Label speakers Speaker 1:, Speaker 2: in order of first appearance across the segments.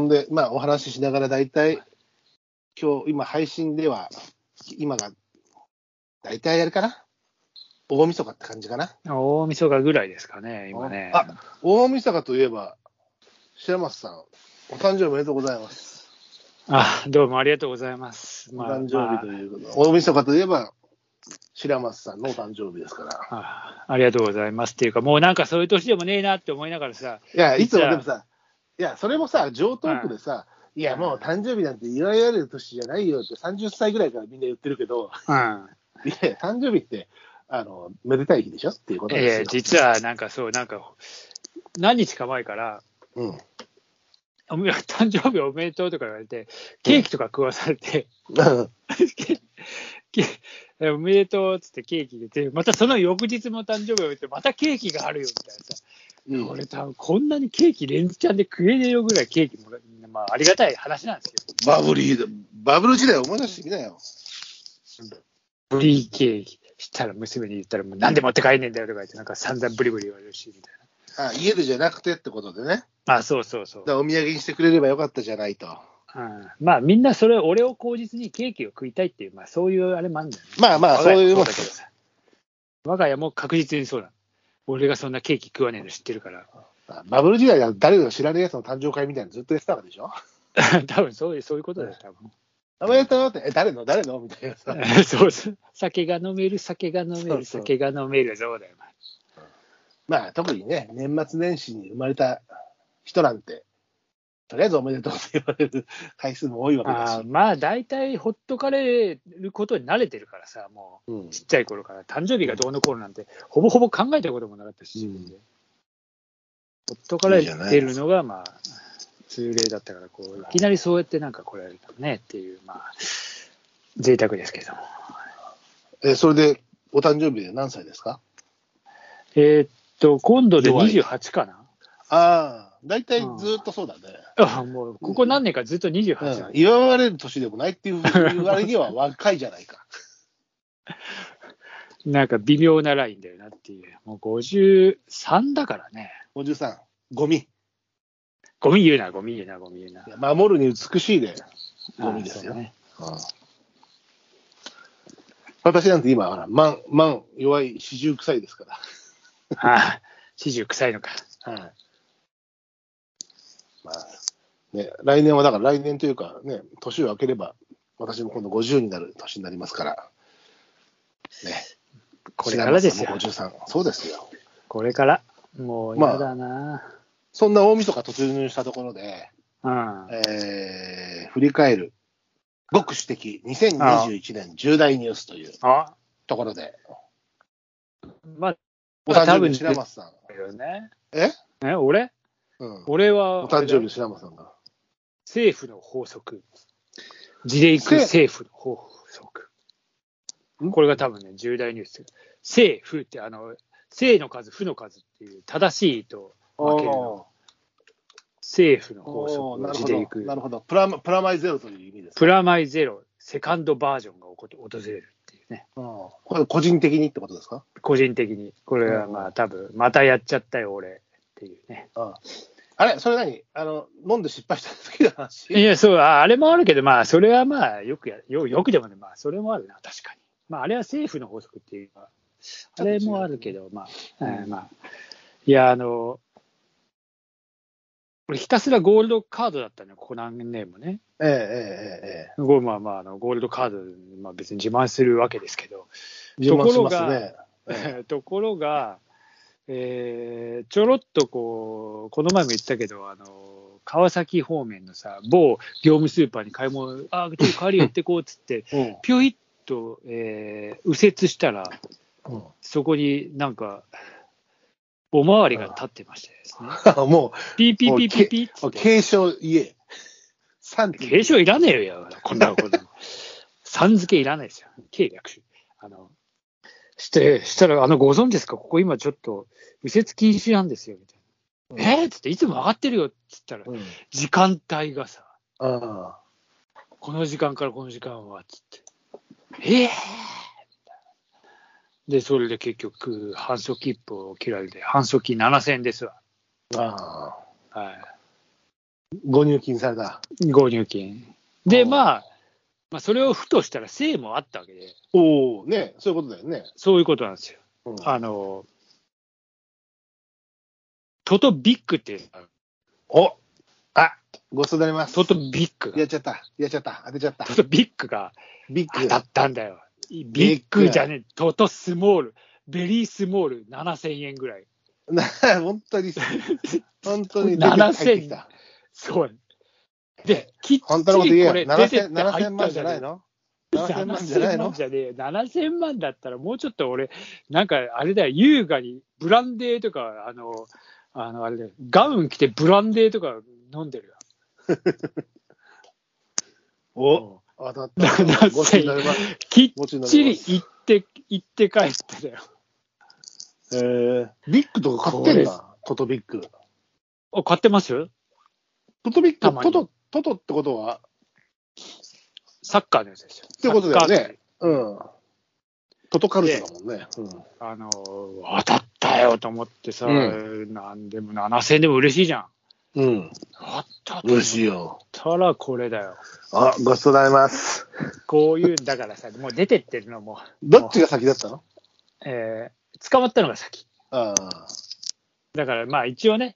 Speaker 1: んで、まあ、お話ししながら大体、今日、今、配信では、今が、大体あれかな大晦日って感じかな
Speaker 2: 大晦日ぐらいですかね、今ね。
Speaker 1: あ、大晦日といえば、白松さん、お誕生日おめでとうございます。
Speaker 2: あどうもありがとうございます。
Speaker 1: お
Speaker 2: まあ
Speaker 1: 誕生日と
Speaker 2: ま
Speaker 1: いうことで、大晦日といえば、白松さんのお誕生日ですから。
Speaker 2: ああありがとうございますっていうか、もうなんかそういう年でもねえなって思いながらさ、
Speaker 1: いや、いつ
Speaker 2: じ
Speaker 1: も
Speaker 2: ゃあ
Speaker 1: でもさ、いや、それもさ、上等区でさ、いや、もう誕生日なんて言われる年じゃないよって、30歳ぐらいからみんな言ってるけど、
Speaker 2: う
Speaker 1: い
Speaker 2: ん、
Speaker 1: や、誕生日って、あの、めでたい日でしょっていうことなんです
Speaker 2: え
Speaker 1: よ
Speaker 2: ー。実はなんかそう、なんか何日か前から、
Speaker 1: うん。
Speaker 2: おめ 誕生日おめでとうとか言われて、ケーキとか食わされて、 ケおめでとうっつってケーキ入れて、またその翌日も誕生日を言って、またケーキがあるよみたいなさ、
Speaker 1: うん
Speaker 2: 俺、多分こんなにケーキ連チャンで食えねえよぐらいケーキもらまあ、ありがたい話なんですけ
Speaker 1: バブリーだ、バブル時代思い出してみなよ。
Speaker 2: ど、ブリーケーキしたら娘に言ったら、もうなんで持って帰んねえんだよとか言って、なんか散々ブリブリ言われるし、みたい
Speaker 1: あ家でじゃなくてってことでね。
Speaker 2: な。あ、そうそうそう
Speaker 1: だか。らお土産にしてくれればよかったじゃないと。
Speaker 2: うん、まあ、みんなそれ、俺を口実にケーキを食いたいっていう、まあ、そういうあれもあるんだよね。
Speaker 1: まあまあ、そういうも
Speaker 2: も
Speaker 1: ん
Speaker 2: だけどさ。我が家も確実にそうだ。俺がそんなケーキ食わねえの知ってるから。
Speaker 1: バブル時代は誰が知らねえやつの誕生会みたいなのずっとやってたわけでしょ。
Speaker 2: 多分そういう、そういうことだよ、多分。
Speaker 1: おめでとうって、え、誰の誰のみたいなさ。
Speaker 2: そうそう。酒が飲める、酒が飲める、
Speaker 1: そうそう
Speaker 2: 酒が飲める、そうだよ。
Speaker 1: まあ、特にね、年末年始に生まれた人なんて、とりあえずおめでとうって言われる回数も多いわけだ
Speaker 2: あー
Speaker 1: し。
Speaker 2: まあ、大体、ほっとかれることに慣れてるからさ、も
Speaker 1: うん
Speaker 2: う、ちっちゃい頃から、誕生日がどうのこうのなんて、ほぼほぼ考えたこともなかったし、
Speaker 1: うん
Speaker 2: 自分でほっとかれてるのが、まあ、通例だったから、こう、いきなりそうやってなんか来られたねっていう、まあ、贅沢ですけども。
Speaker 1: え、それで、お誕生日で何歳ですか
Speaker 2: えーっと、今度で
Speaker 1: 弱い
Speaker 2: 28かな。
Speaker 1: ああ、大体ずっとそうだね。
Speaker 2: あもう、ここ何年かずっと28なんだ
Speaker 1: うん、祝われる年でもないっていう割には若いじゃない か。
Speaker 2: なんか微妙なラインだよなっていう。もう53だからね。
Speaker 1: 53、ゴミ。
Speaker 2: ゴミ言うな、ゴミ言うな、ゴミ言うな。
Speaker 1: 守るに美しいで。ゴミですよ
Speaker 2: あーそうね。
Speaker 1: 私なんて今、ほら、まん、まん、弱い、四十臭いですから。
Speaker 2: ああ、四十臭いのか。
Speaker 1: はい。まあ、ね、来年はだから来年というかね、年を明ければ、私も今度50になる年になりますから。ね。
Speaker 2: これからですよ
Speaker 1: 白。松さんも53。そうですよ。
Speaker 2: これから。もう嫌だな。
Speaker 1: そんな大晦日突入したところで、
Speaker 2: うん。
Speaker 1: えー振り返る、極主的2021年重大ニュースという
Speaker 2: あ
Speaker 1: ところで、
Speaker 2: まあ、
Speaker 1: お誕
Speaker 2: 多
Speaker 1: 生日
Speaker 2: 分
Speaker 1: の白松さん。
Speaker 2: だよね。
Speaker 1: え
Speaker 2: え俺
Speaker 1: うん。
Speaker 2: 俺は、
Speaker 1: お誕生日の白松さんが。
Speaker 2: 政府の法則。自で行く政府の法則。
Speaker 1: ん
Speaker 2: これが多分ね、重大ニュース。政府って、あの、正の数、負の数っていう、正しいと負けるの。政府の法則
Speaker 1: おーな
Speaker 2: を
Speaker 1: る
Speaker 2: し
Speaker 1: ほ
Speaker 2: てい
Speaker 1: ど。
Speaker 2: く
Speaker 1: な。るほど。プラマプラマイゼロという意味です。
Speaker 2: プラマイゼロ、セカンドバージョンが起こって訪れるっていうね。
Speaker 1: うんこれ個人的にってことですか
Speaker 2: 個人的に。これは
Speaker 1: うん
Speaker 2: まあ多分、またやっちゃったよ俺っていうね。
Speaker 1: うんあれそれ何あの、飲んで失敗した時の話
Speaker 2: いや、そう、ああれもあるけど、まあそれはまあよくや、よよくでもね、まあそれもあるな、確かに。まああれは政府の法則っていうか、あれもあるけど、ま
Speaker 1: う
Speaker 2: あ、
Speaker 1: ん
Speaker 2: えーまあ、いや、あの、俺ひたすらゴールドカードだったのよ、ここ何年もね。
Speaker 1: ええええええ。
Speaker 2: ゴーまあまあ、あのゴールドカード、まあ別に自慢するわけですけど、
Speaker 1: 自慢しま
Speaker 2: ところ
Speaker 1: す
Speaker 2: が
Speaker 1: ね。ええ
Speaker 2: ところが、えーちょろっとこう、この前も言ったけど、あの川崎方面のさ、某業務スーパーに買い物、あー、ちょっと帰り寄ってこうっつって、
Speaker 1: うん
Speaker 2: ぴょいっと、えー右折したら、
Speaker 1: うん
Speaker 2: そこになんか、おまわりが立ってましてですね、
Speaker 1: も
Speaker 2: ピーピーピーピーピーっつ
Speaker 1: う、
Speaker 2: って、
Speaker 1: 継承言え。3
Speaker 2: 継承いらねえよ、こんなの、こんなの。さん付けいらないですよ、計略種。あのして、したら、あの、ご存知ですか、ここ今ちょっと、右折禁止なんですよ、みたいな。えーっつって、いつも上がってるよっつったら、
Speaker 1: うん
Speaker 2: 時間帯がさ、
Speaker 1: あ
Speaker 2: この時間からこの時間は、つって。ええーみたいなで、それで結局、反則切符を切られて、反則金7000円ですわ。
Speaker 1: あああ
Speaker 2: はい。
Speaker 1: ご入金された。
Speaker 2: 購入金。で、
Speaker 1: うん
Speaker 2: まあ、まあ、それをふとしたら、性もあったわけで、
Speaker 1: おおね、そういうことだよね。
Speaker 2: そういうことなんですよ。
Speaker 1: うん
Speaker 2: あの、トトビッグってさ、
Speaker 1: おあごちそうになります。
Speaker 2: トトビッグ
Speaker 1: や
Speaker 2: が、
Speaker 1: っちゃった。やっちゃった。当てちゃった
Speaker 2: ト。トビッグが
Speaker 1: ビッ
Speaker 2: 当
Speaker 1: グ
Speaker 2: た
Speaker 1: だ。
Speaker 2: ったんだよ。ビ
Speaker 1: ビ
Speaker 2: ッ
Speaker 1: ッグ
Speaker 2: グじゃねえ、トトスモール、ベリースモール7000円ぐらい。
Speaker 1: な 本当に、本当に出て入ってきた。
Speaker 2: そう。で、きっちり
Speaker 1: 本当のこと言
Speaker 2: こ
Speaker 1: え
Speaker 2: れ
Speaker 1: よ。7000
Speaker 2: 出てって入っ
Speaker 1: 7000
Speaker 2: た
Speaker 1: 万じゃないの ?7000 万じゃない
Speaker 2: 7000
Speaker 1: の
Speaker 2: 万じゃねえよ。7000万だったら、もうちょっと俺、なんかあれだよ、優雅にブランデーとか、あの、あのあれだよ、ガウン着てブランデーとか飲んでるよ。
Speaker 1: お当たっ
Speaker 2: 7000
Speaker 1: た。ごちそうになります。
Speaker 2: きっ
Speaker 1: ごちそうになります
Speaker 2: ちり行って、行って帰って だよ。
Speaker 1: えー、ビッグとか買ってん
Speaker 2: こ
Speaker 1: だ。トトビッグ。
Speaker 2: あ、買ってます
Speaker 1: トトビッ
Speaker 2: たま
Speaker 1: グ、
Speaker 2: に
Speaker 1: トト、トトってことは、
Speaker 2: サッカーのやつですよ。
Speaker 1: ってことだよね
Speaker 2: サッカー
Speaker 1: うん。トトカルスだもんね。うん
Speaker 2: あの、当たったよと思ってさ、
Speaker 1: う
Speaker 2: なんでも7000円でも嬉しいじゃん。
Speaker 1: うん。
Speaker 2: あったと思っ
Speaker 1: 嬉しいよ。
Speaker 2: たらこれだよ。
Speaker 1: あ、ごちそうになります。
Speaker 2: こういうんだからさ、 もう出てってるのも、
Speaker 1: どっちが先だったの
Speaker 2: えー捕まったのが先。
Speaker 1: ああ。
Speaker 2: だからまあ一応ね、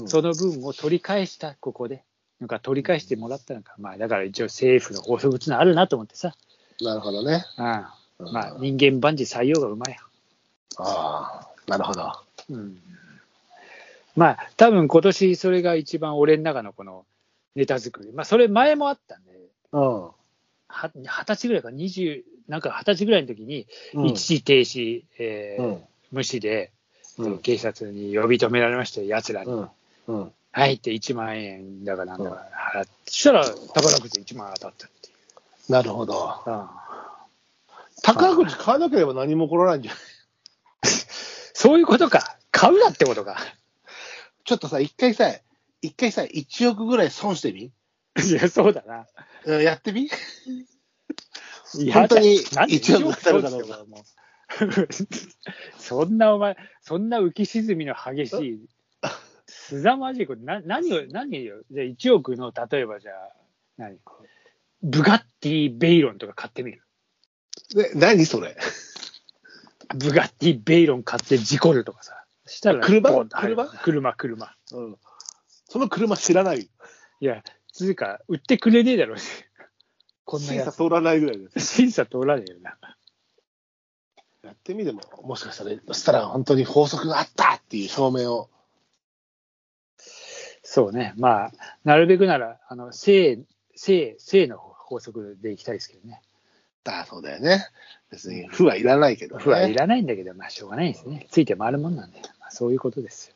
Speaker 1: うん
Speaker 2: その分を取り返した、ここで。なんか取り返してもらったのか。まあだから一応政府の法則つのあるなと思ってさ。
Speaker 1: なるほどね。
Speaker 2: うん。ま
Speaker 1: うん
Speaker 2: あ人間万事採用がうまいや。
Speaker 1: ああ、なるほど。
Speaker 2: うん。まあ多分今年それが一番俺の中のこのネタ作り。まあそれ前もあったんで、は二十歳ぐらいか、二十、なんか二十歳ぐらいの時に、
Speaker 1: うん。
Speaker 2: 一時停止、えー
Speaker 1: うん。
Speaker 2: 無視で、
Speaker 1: うん
Speaker 2: 警察に呼び止められましたよ、奴らに。
Speaker 1: うん。うん。
Speaker 2: はいって1万円だからなんだか払って、そしたら宝くじ1万当たったっていう。
Speaker 1: なるほど。
Speaker 2: ああ
Speaker 1: 宝くじ買わなければ何も起こらないんじゃない
Speaker 2: そういうことか。買うなってことか。
Speaker 1: ちょっとさ、一回さ、一回さ、1億ぐらい損してみ、
Speaker 2: いや、そうだな。
Speaker 1: うん、やってみ
Speaker 2: やだ
Speaker 1: 本当に
Speaker 2: なんで
Speaker 1: 一応当たるかどうか
Speaker 2: 一応もう そんなお前、そんな浮き沈みの激しい、すざまじいこと、な何を、何よ、じゃあ1億の、例えばじゃあ、何ブガッティ・ベイロンとか買ってみる。
Speaker 1: で何それ
Speaker 2: ブガッティ・ベイロン買って事故るとかさ。したら
Speaker 1: 車
Speaker 2: ボンと入る
Speaker 1: 車
Speaker 2: 車、車。
Speaker 1: うん。その車知らないよ。
Speaker 2: いや、つうか、売ってくれねえだ ろうし。こんな
Speaker 1: 審
Speaker 2: や
Speaker 1: 査
Speaker 2: つ。
Speaker 1: 通らないぐらいです。
Speaker 2: 審査通らねえよな。
Speaker 1: やってみても、もしかしたら、そしたら本当に法則があったっていう証明を。
Speaker 2: そうね。まあ、なるべくなら、あの、性、性、性の法則でいきたいですけどね。
Speaker 1: だそうだよね。別に、負はいらないけど、
Speaker 2: 負はいらないんだけど、まあ、しょうがないですね。ついて回るもんなんで、まあ、そういうことですよ。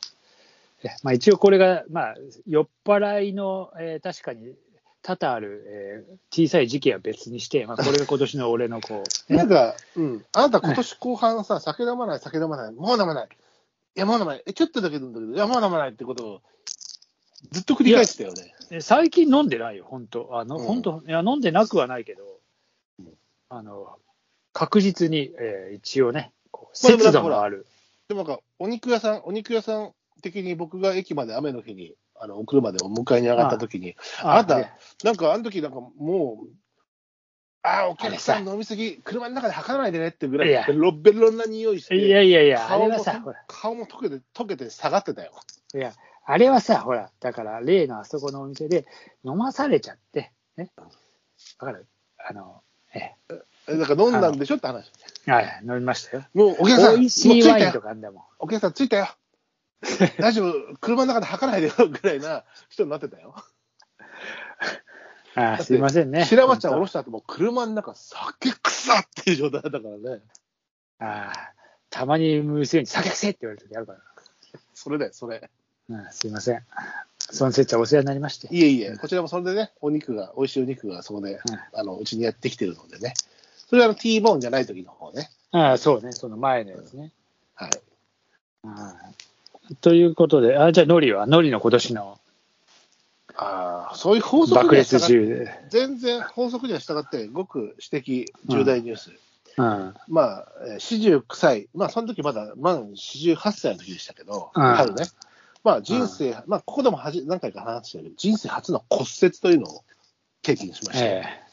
Speaker 2: いやまあ、一応これが、まあ、酔っ払いの、えー確かに、多々ある、えー小さい時期は別にして、まあ、これが今年の俺のこ う、
Speaker 1: なんか、うん、あなた今年後半さ、酒飲まない、酒飲まない、もう飲まない、いや、もう飲まない、え、ちょっとだけ飲んだけど、いや、もう飲まないってことを、ずっと繰り返してたよね。
Speaker 2: え最近飲んでないよ、本当あの、
Speaker 1: うん
Speaker 2: 本当いや、飲んでなくはないけど、あの、確実に、えー一応ね、こう
Speaker 1: まあでも
Speaker 2: 節
Speaker 1: なんか
Speaker 2: 度のある。
Speaker 1: でもなんか、お肉屋さん、お肉屋さん的に僕が駅まで雨の日に、あの、お車でお迎えに上がった時に、あなた
Speaker 2: いや
Speaker 1: なんか、あの時なんかもう、ああ、お客さん飲みすぎ、車の中で吐かないでねってぐら
Speaker 2: いや
Speaker 1: い、ベロベロな匂いして、
Speaker 2: いやいやいや、あれ
Speaker 1: 顔
Speaker 2: は
Speaker 1: も
Speaker 2: さ、ほら、
Speaker 1: 顔も溶けて、溶けて下がってたよ。
Speaker 2: いや、あれはさ、ほら、だから、例のあそこのお店で飲まされちゃって、ね。だから、あの、え
Speaker 1: えなんか飲んだんでしょって話。
Speaker 2: え、はい、飲みましたよ。
Speaker 1: もう、お客さん、
Speaker 2: 美味しい
Speaker 1: もう着いた
Speaker 2: ワイン
Speaker 1: よ
Speaker 2: とかあんだもん。
Speaker 1: お客さん着い たよ。大丈夫、車の中で吐かないでよぐらいな人になってたよ。
Speaker 2: ああ、すいませんね。
Speaker 1: 白松ちゃん降ろ
Speaker 2: し
Speaker 1: した後も車の中、酒臭っていう状態だったからね。
Speaker 2: ああ、たまに娘に酒臭いって言われる時あるから。
Speaker 1: それだよ、それ。
Speaker 2: うん、すいません。その節はお世話になりまして。
Speaker 1: いえいえ、こちらもそれでね、お肉が、美味しいお肉がそこで、
Speaker 2: うん
Speaker 1: あの、うちにやってきてるのでね。それはあの、T ボーンじゃない時の方ね。
Speaker 2: ああ、そうね、その前のやつね。
Speaker 1: はい。
Speaker 2: はいということで、あじゃあ、ノリは、ノリの今年の
Speaker 1: ああ、そういう法則
Speaker 2: 爆
Speaker 1: には
Speaker 2: 裂
Speaker 1: 従っ
Speaker 2: 中で、
Speaker 1: 全然法則には従って、ごく指摘、重大ニュース。
Speaker 2: うん、
Speaker 1: まあ、えー49歳、まあ、その時まだ、満48歳の時でしたけど、
Speaker 2: うん
Speaker 1: 春ね。まあ人生、まあここでもはじ何回か話したけど、人生初の骨折というのを経験しました。
Speaker 2: ええ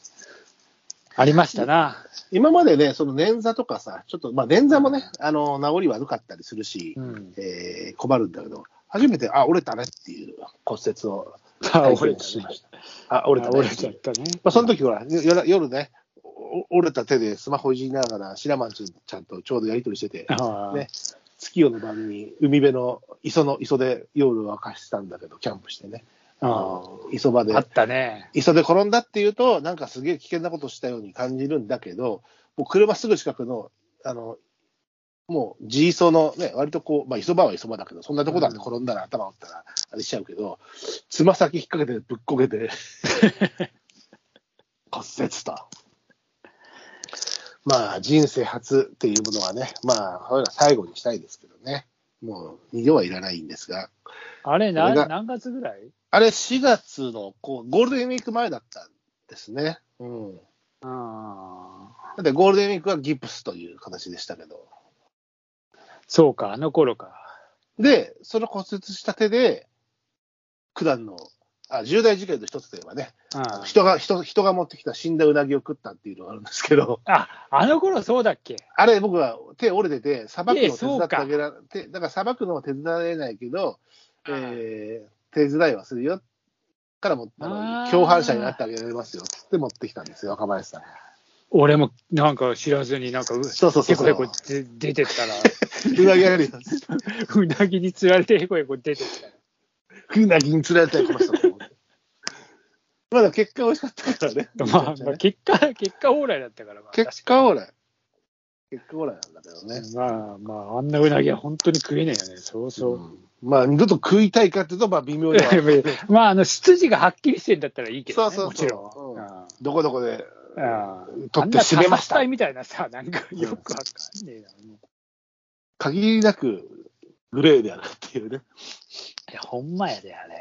Speaker 2: ありましたな。
Speaker 1: 今までね、その捻挫とかさ、ちょっと、まあ捻挫もね、あの、治り悪かったりするし、
Speaker 2: うん。
Speaker 1: えー困るんだけど、初めて、あ、折れたねっていう骨折を
Speaker 2: あ、
Speaker 1: 体
Speaker 2: 折
Speaker 1: 験
Speaker 2: れた
Speaker 1: し
Speaker 2: ね
Speaker 1: ました。あ、折れたね。
Speaker 2: 折れちゃったね。
Speaker 1: まあ、その時ほら、夜夜ね、お折れた手でスマホいじりながら、白マンちゃんとちょうどやりとりしてて、
Speaker 2: ああ
Speaker 1: ね、月夜の晩に海辺の磯の磯で夜を明かしてたんだけど、キャンプしてね、あ
Speaker 2: あ
Speaker 1: の磯場で
Speaker 2: あ、ったね。
Speaker 1: 磯で転んだっていうと、なんかすげえ危険なことしたように感じるんだけど、もう車すぐ近くの、あの、もう、地磯のね、割とこう、まあ、磯場は磯場だけど、そんなとこだって
Speaker 2: うん
Speaker 1: 転んだら頭打ったら、あれしちゃうけど、つま先引っ掛けてぶっこけて、骨折と。まあ、人生初っていうものはね、まあ、こういうのは最後にしたいですけどね。もう、二度はいらないんですが。
Speaker 2: あれ、
Speaker 1: そ
Speaker 2: な
Speaker 1: れが
Speaker 2: 何月ぐらい
Speaker 1: あれ、4月のこうゴールデンウィーク前だったんですね。うん。
Speaker 2: ああ。
Speaker 1: だってゴールデンウィークはギプスという形でしたけど。
Speaker 2: そうか、あの頃か。
Speaker 1: で、その骨折した手で、九段の、あ、重大事件の一つといえばね、
Speaker 2: あ
Speaker 1: 人が、人、人が持ってきた死んだうなぎを食ったっていうのがあるんですけど、
Speaker 2: あ、ああの頃そうだっけ
Speaker 1: あれ僕は手折れてて、さばくのを手伝ってあげられて、だからさばくのは手伝えないけど、えー、手伝いはするよ。からも、あ
Speaker 2: あ
Speaker 1: の
Speaker 2: ー
Speaker 1: 共犯者になってあげられますよ。つって持ってきたんですよ、若林さんが。
Speaker 2: 俺もなんか知らずになんかう、
Speaker 1: そうそうそうそ
Speaker 2: へこ
Speaker 1: う。
Speaker 2: へこで出てったら、
Speaker 1: うなぎあるよ。
Speaker 2: うなぎに釣られてへこへこ出てったら。
Speaker 1: うなぎに釣られたよ、この人。まだ結果美味しかったからね。
Speaker 2: まあ、まあ、結果、結果オーライだったから、まあ、
Speaker 1: 結果オーライ。結果オーライなんだけどね。
Speaker 2: 確かにまあまあ、あんなうなぎは本当に食えねえよね。そうそう。
Speaker 1: うんまあ、二度と食いたいかっていうと、まあ、微妙ではある
Speaker 2: まあ、あの、出自がはっきりしてんだったらいいけど、ね、
Speaker 1: そうそうそう
Speaker 2: もちろん。
Speaker 1: うん
Speaker 2: あ
Speaker 1: どこどこで
Speaker 2: あああ
Speaker 1: 取って締めまし
Speaker 2: あんな多発
Speaker 1: た
Speaker 2: 体。みたいなさ、なんかよくわかんねえな。もう
Speaker 1: 限りなくグレーであるっていうね。
Speaker 2: いや、ほんまやで、あれ。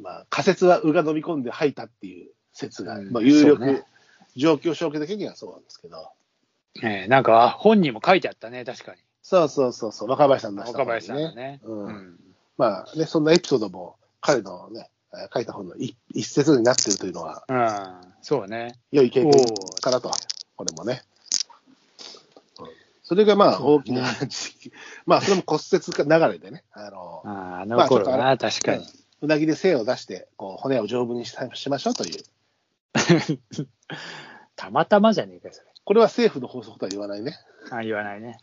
Speaker 1: まあ、仮説はうが飲み込んで吐いたっていう説が、
Speaker 2: うん
Speaker 1: まあ、有
Speaker 2: そうね
Speaker 1: 力、状況証拠的にはそうなんですけど。
Speaker 2: ええなんか、あ本にも書いてあったね、確かに。
Speaker 1: そうそうそうそう、若林さんの出した
Speaker 2: 若
Speaker 1: 本に
Speaker 2: 林さんのね。
Speaker 1: うん
Speaker 2: うん
Speaker 1: まあね、そんなエピソードも彼のね、えー書いた本の一一節になってるというのは、
Speaker 2: うん、そうね。
Speaker 1: 良い経験
Speaker 2: おー
Speaker 1: からと、これもね。うんそれがまあ
Speaker 2: そう
Speaker 1: 大
Speaker 2: だ
Speaker 1: き
Speaker 2: ね
Speaker 1: な、 まあそれも骨折か流れでね、あの、
Speaker 2: あああの頃な、
Speaker 1: ま
Speaker 2: 確かに。
Speaker 1: うなぎで精を出して、こう骨を丈夫にししましょうという、
Speaker 2: たまたまじゃねえかよ、それ。
Speaker 1: これは政府の法則とは言わないね。
Speaker 2: あ言わないね。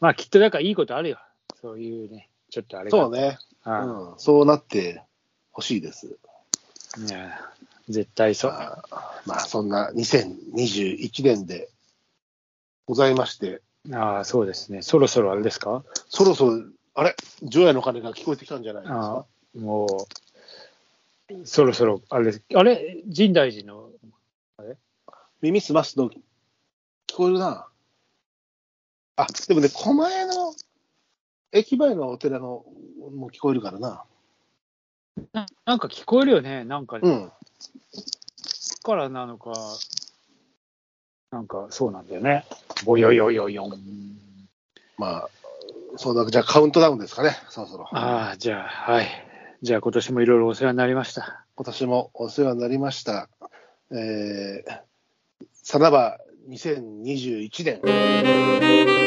Speaker 2: まあ、きっとだからいいことあるよ。そういうね、ちょっとあれが
Speaker 1: そうね、
Speaker 2: うん
Speaker 1: うん、そうなってほしいです。
Speaker 2: いや絶対そう。
Speaker 1: まあ、まあそんな2021年でございまして、
Speaker 2: ああ、そうですね。そろそろあれですか
Speaker 1: そろそろ、あれ、除夜の鐘が聞こえてきたんじゃないです
Speaker 2: あ
Speaker 1: か
Speaker 2: あもう、そろそろ、あれです、あれ、深大寺の、
Speaker 1: 耳すますと聞こえるな。あ、でもね、狛江の駅前のお寺のも聞こえるからな。
Speaker 2: ななんか聞こえるよね、なんかね、
Speaker 1: うん。
Speaker 2: からなのか、なんかそうなんだよね。ぼよよよよん。
Speaker 1: まあ、そうだ、じゃあカウントダウンですかね、そろそろ。
Speaker 2: ああ、じゃあ、はい。じゃあ、今年もいろいろお世話になりました。
Speaker 1: 今年もお世話になりました。えー、さらば2021年。